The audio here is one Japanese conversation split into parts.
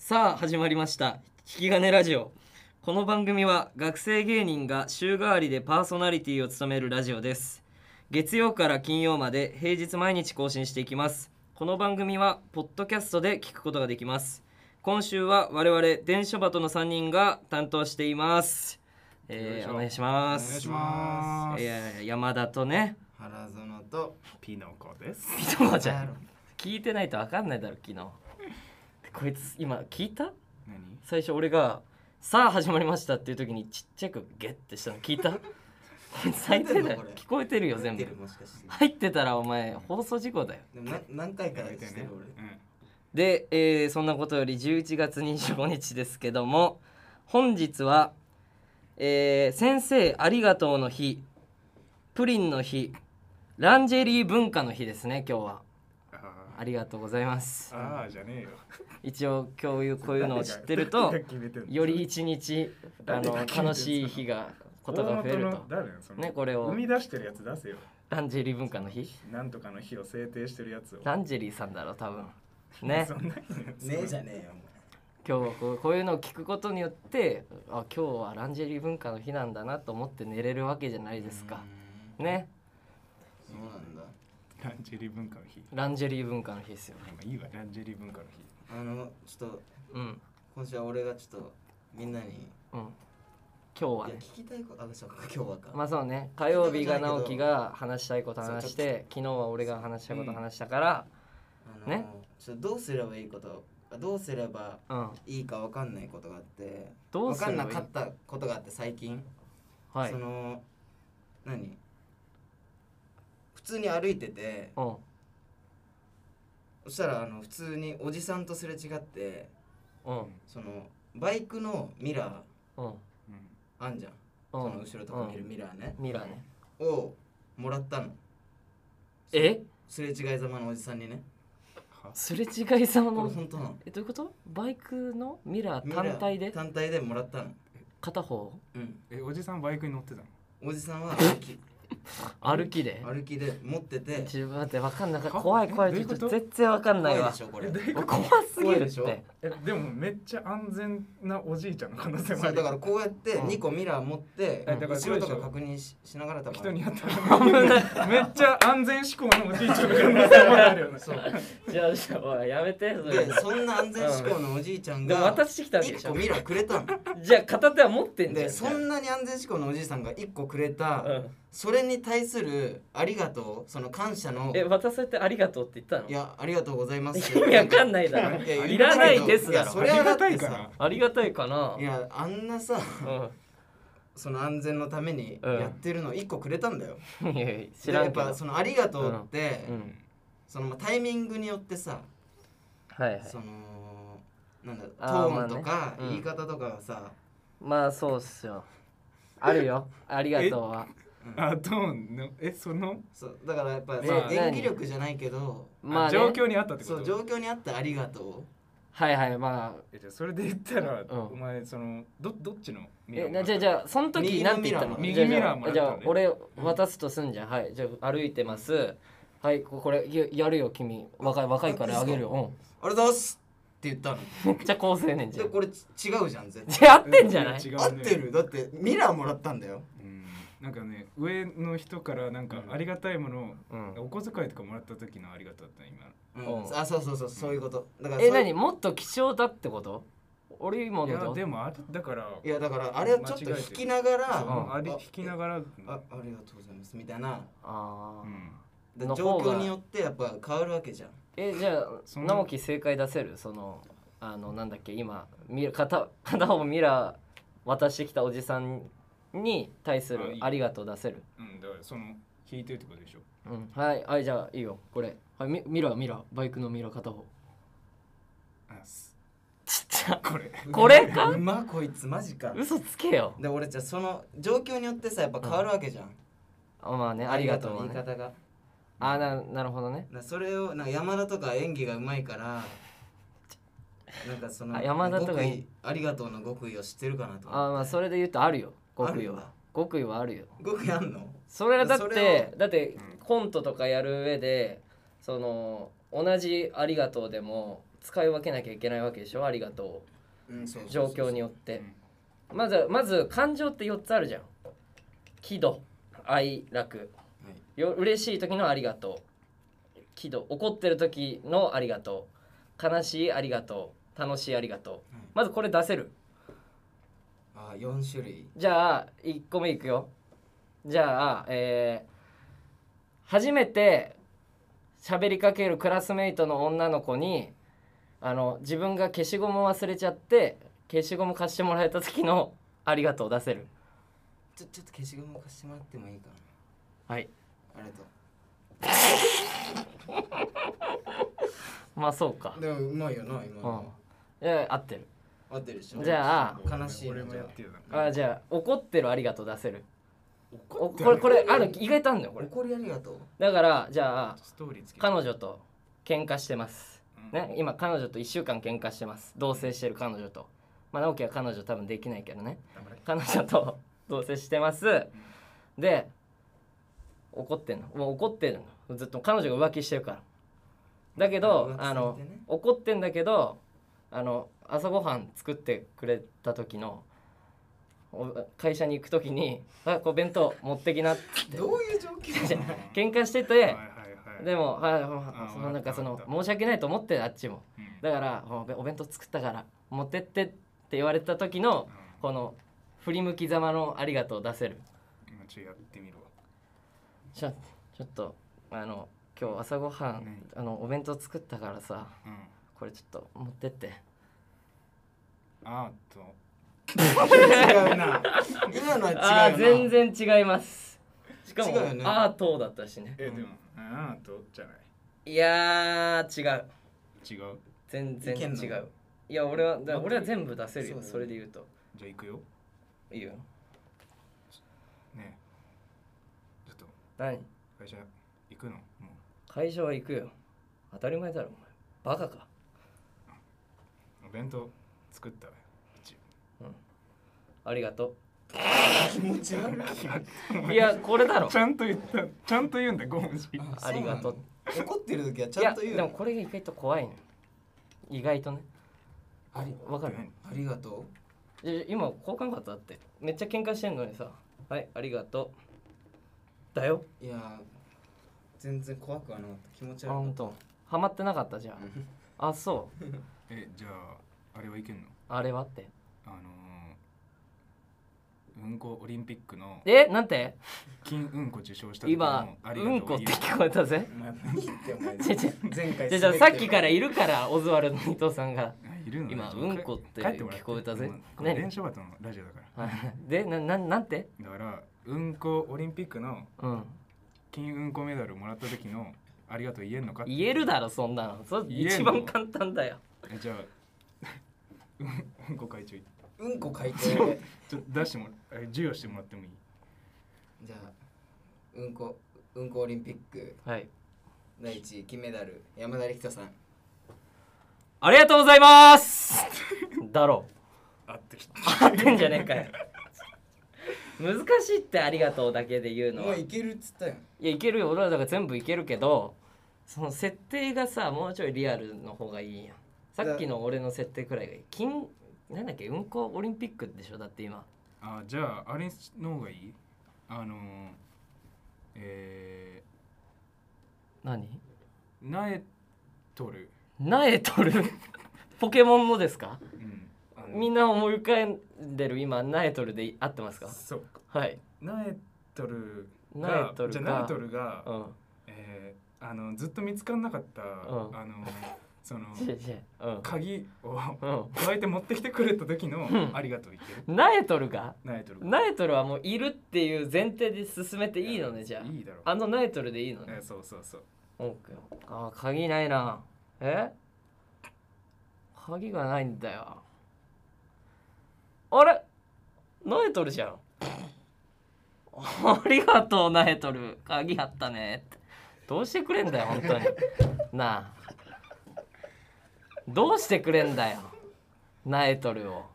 さあ始まりました引き金ラジオこの番組は学生芸人が週替わりでパーソナリティを務めるラジオです月曜から金曜まで平日毎日更新していきますこの番組はポッドキャストで聞くことができます今週は我々電書バトの3人が担当しています、えーお願いしますお願いしますえー山田とね原園とピノコです。ピトコちゃん聞いてないと分かんないだろ昨日こいつ今聞いた何最初俺が「さあ始まりました」っていう時にちっちゃくゲッてしたの聞 いたこれ最低だよ入ってんのこれ聞こえてるよ全部もしかして入ってたらお前放送事故だよでもな何回かしてる俺で、えーそんなことより11月25日ですけども本日は、えー先生ありがとう」の日プリンの日ランジェリー文化の日ですね今日はあありがとうございますーあーじゃねえよ。一応今日こういうのを知ってる と誰が決めてんのより一日あの誰が決めてんすか楽しい日がことが増える大と元の誰よそのねこれを生み出してるやつ出せよ。ランジェリー文化の日なんとかの日を制定してるやつを。ランジェリーさんだろ多分ね そんなねえじゃゃねえよ今日こうこういうのを聞くことによってあ今日はランジェリー文化の日なんだなと思って寝れるわけじゃないですかねそうなんだランジェリー文化の日。ランジェリー文化の日ですよまあいいわランジェリー文化の日。あのちょっとうん今週は俺がちょっとみんなにいうん今日やはね聞きたいことあそうか今日はか、まあそうね火曜日が直樹が話したいこと話して昨日は俺が話したいこと話したからあのねちょっとどうすればいいことあどうすればうんいいかわかんないことがあってどうわすかれんばないいかったことがあって最近、はいその何普通に歩いててうんそしたらあの普通におじさんとすれ違ってうんそのバイクのミラーうんうんあんじゃん、うんその後ろとかにいるミラーね、ミラーねをもらったのえすれ違いざまのおじさんにねはすれ違い様これの本当なのえどういうことバイクのミラーミラー単体で単体でもらったの片方うんえおじさんバイクに乗ってたの。おじ さんは歩き歩きで歩きで持っててちょっと待ってわかんなかったは怖いえ怖いどうちょっいうことと全然わかんない怖わでしょこえれどういうこ怖すぎ怖いるでっしょてえでもめっちゃ安全なおじいちゃんの可能性もそあうるだからこうやってうん2個ミラー持って、えだから後ろとか確認ししながら多分人にやったらめっちゃ安全志向のおじいちゃんの可能性もあるよね。そうじゃあじゃあやめてそれでそんな安全志向のおじいちゃんでもが渡してきたわけでし1個ょミラーくれたのじゃあ片手は持ってんじゃでんそんなに安全志向のおじいさんが1個くれた、うんそれに対するありがとうその感謝のえ渡されてありがとうって言ったのいやありがとうございます 意味わかんないだろいやいらないですやだそろれあはりだっがてさたいかな。ありがたいかないやあんなさその安全のためにうんやってるの1個くれたんだよ、うん いやいや知でらやんっけどぱそのありがとうって、うんそのまあタイミングによってさ、はいはいそのなんだトあーーンとかまあねうん言い方とかはさ、まあそうっすよ。あるよ。ありがとうは。あどうのえそのそうだからやっぱ、ねその何演技力じゃないけど、まあ、ね、状況にあったってこそとう状況にあったありがとはいはいまあ。えじゃあそれで言ったら、うんお前そのどどっちのミラえーなじゃあじゃあその時右なんて言ったの右じゃあじゃあミラーもらっじたのゃあね俺渡すとすんじゃん。はい。じゃあ歩いてます。はいここれややるよ君。若い若いからあげるよ。うありがとうございますって言ったのうん。めっちゃ高青年じゃでん。これち違うじゃん絶対じゃあ合ってんじゃない違？うね合ってるだってミラーもらったんだようんなんかね上の人からなんかありがたいものうを、ん。お小遣いとかもらった時のありがとうだったね今ううんんあそうそうそうそういうことだからえそう何もっと貴重だってこと？俺今いやのでと。もあれだからいやだからあれをちょっと引きながらそのありあ引きながらあありがとうございますみたいなああう。んでの方状が況によってやっぱ変わるわけじゃんえじゃあそんな直樹正解出せるそのあのなんだっけ今ミラ片片方ミラー渡してきたおじさんに対すあるいいありがとう出せるうんだからその引いてるってことでしょうんはいはいじゃあいいよこれはいミミラーミラーバイクのミラー片方あすちっちゃこれ これかうまこいつマジか嘘つけよで俺じゃあその状況によってさやっぱ変わるわけじゃんあまあねありがとうのは言いね方がだかあななるほどねらそれをなんか山田とか演技がうまいからなんかそのあ山田とか極意ありがとうの極意を知ってるかなと思あまあそれで言うとあるよ極意あるんだは極意はあるよう極意あんのそれはだっそれてだってコントとかやる上でその同じ「ありがとう」でも使い分けなきゃいけないわけでしょありがとうんそううそ状うそう況によってまずまず感情って4つあるじゃん喜怒哀楽はいよ嬉しい時のありがとう喜怒怒ってる時のありがとう悲しいありがとう楽しいありがとう、はいまずこれ出せるあ四種類じゃあ1個目いくよじゃあえー初めて喋りかけるクラスメイトの女の子にあの自分が消しゴムを忘れちゃって消しゴム貸してもらえた時のありがとうを出せるちょちょっと消しゴム貸してもらってもいいかはいなありがとまあそうかうでもうまいよな今うんのいや合ってる合ってるでしょじゃあ悲しい俺なもじやゃってるなあじゃあ怒ってるありがとう出せるお怒ってこれこれある意外とあるのよあこれ怒りありがとうだからじゃあストーリーつけて彼女と喧嘩してます、ね、今彼女と1週間喧嘩してます同棲してる彼女とまあ直樹は彼女多分できないけどね黙れ彼女と同棲してますで怒ってんのもう怒ってるのずっと彼女が浮気してるからだけど浮気されてねあの怒ってんだけどあの朝ごはん作ってくれた時のお会社に行く時に「あこう弁当持ってきな」ってどう いう状況なの喧嘩してはいてはいはいでもはいまああそのなんかそわのかった申し訳ないと思ってあっちもうんだからおべお弁当作ったから持ってってって言われた時のこの振り向きざまのありがとうを出せる今ちょっとやってみるわちょちょっとあの今日朝ごはん、ねあのお弁当作ったからさうんこれちょっと持ってってあーと違うな今のは違うなあー全然違いますしかも、違うよねアートだったしねえでもあーとじゃないいやー違う違う全いけ然んの違ういや俺はだから持って俺るは全部出せるよそうだそよれで言うとじゃあ行くよいいよねえちょっと何会社行くのも会社は行くよ当たり前だろお前バカかうお弁当作ったわよ一応ありがと気持ち悪い ういやこれだろちゃんと言ったちゃんと言うんだ5文字ありがとうそうなの怒ってる時はちいゃやんと言うでものこれが意外と怖いの意外とねありわかる何ありがとえ今こう考えたらだってめっちゃ喧嘩してんのにさ「はいありがとう」だよういやー全然怖くはなかった気持ちあ悪か本った当。ハマってなかったじゃんあそうえじゃああれはいけんのあれはってあのー、うんこオリンピックのえなんて金うんこ受賞した時今の「ありがうとんこ」っをて言う聞こえたぜお前何言ってお前ちょちょ前 回じゃじゃさっきかららいるからオズワルドの伊藤さんがあいるのね今ちょっとうんこって帰もら聞こえたぜもうこ何れ電車バトのラジオだからはいでなななんてだからうんこオリンピックのうん金うんこメダルもらった時のありがとう言えんのかって言えるだろそんなのそれ言えん一の番簡単だよえじゃあ うんうんこ会長ちうんこ書いてるょっと出してもらえ授与してもらってもいいじゃあうんこうんこオリンピックはい第一位金メダル山田力人さんありがとうございます だろあってきた合ってんじゃねえかよ難しいってありがとうだけで言うのもはういいけるっつったよやいけるよ俺はだから全部いけるけどその設定がさもうちょいリアルの方がいいやんさっきの俺の設定くらいがいい金なんだっけ運行オリンピックでしょだって今あじゃああれの方がいいあのー、え何ー、苗取る苗取るポケモンのですかうんあのみんな思い浮かんでる今苗取るで合ってますかそうはい苗取るが苗取るじゃあか苗取るが、うんえー、あのずっと見つからなかった、んあの その違う違ううん鍵を うん加えて持ってきてくれた時のうんありがとう言ってる苗取るが苗取るナエトルはもういるっていう前提で進めていいのねじゃいいだろああのナエトルでいいのねえーそうそうそうオーケーあー鍵ないなえ鍵がないんだよあれナエトルじゃん ありがとうナエトル鍵あったねってどうしてくれんだよ本当になあどうしてくれんだよナエトルを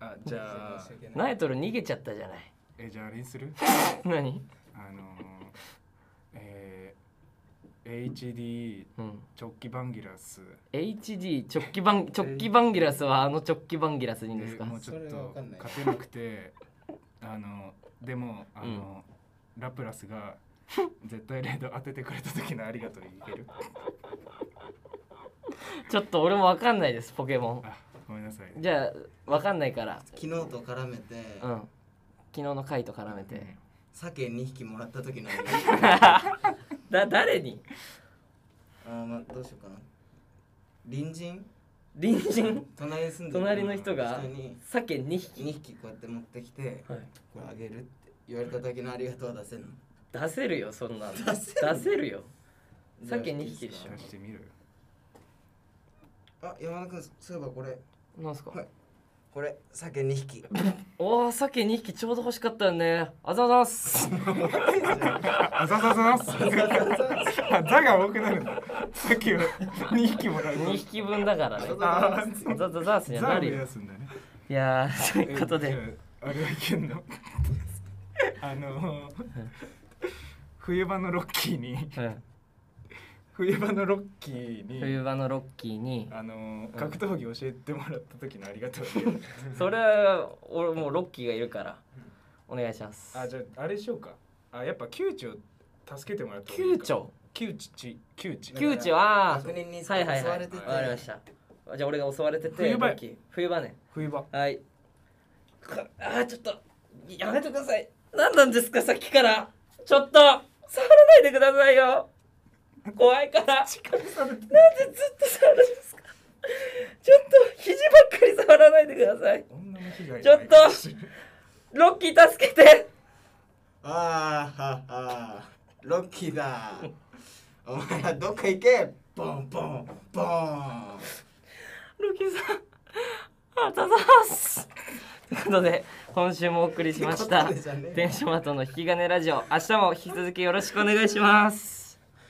あじゃ あナエトル逃げちゃったじゃない えーじゃああれにする何あのー、えー HD うん、チョッキバンギラス HD 直帰バン直帰バンギラスはあの直帰バンギラスでいいんですでか、もうちょっそれはわとかんない勝てなく てあのでもあの、ラプラスが絶対レード当ててくれた時のありがとう言えるちょっと俺もわかんないですポケモあごめんなさいンじゃあわかんないから昨日と絡めて、うん昨日の回と絡めて鮭2匹もらった時の だ誰にあー、まあ、どうしようかな隣人隣人隣に住んで隣の人が人に鮭2匹、 2匹こうやって持ってきてはい、これあげるって言われた時のありがとうは出せんの出せるよそんなの出せる出せるよ鮭2匹でしじゃ出してみるあ山田君そういえばこれなんすか、はいこれ鮭2匹おお鮭2匹ちょうど欲しかったよねあざざっすああざざざざあざが多くなるんださっきは2匹もらう2匹分だからねああざざざっすにはざなを増るよやすんだねいやーということえでじゃああれはいけんのあのー冬場のロッキーにうん冬場のロッキーに冬場のロッキーにあのー格闘技教えてもらった時のありがとうねそれは俺もうロッキーがいるからお願いしますあじゃああれしようかあやっぱ窮地を助けてもらった方がい九いか丁窮地ち窮地九丁ああ悪人にはいはい襲はわいれててわかりましたじゃあ俺が襲われてて冬場ロッキー冬場ね冬場はいかあーちょっとやめてください何なんですかさっきからちょっと触らないでくださいよ怖いからなんでずっと触るんですかちょっと肘ばっかり触らないでください女の被害ちょっとないロッキー助けてあーははロッキーだ お前らどっか行けボンボンボンロキさん、あざざます。ということで、今週もお送りしましたってことでじゃね。え天使マトの引き金ラジオ、明日も引き続きよろしくお願いします。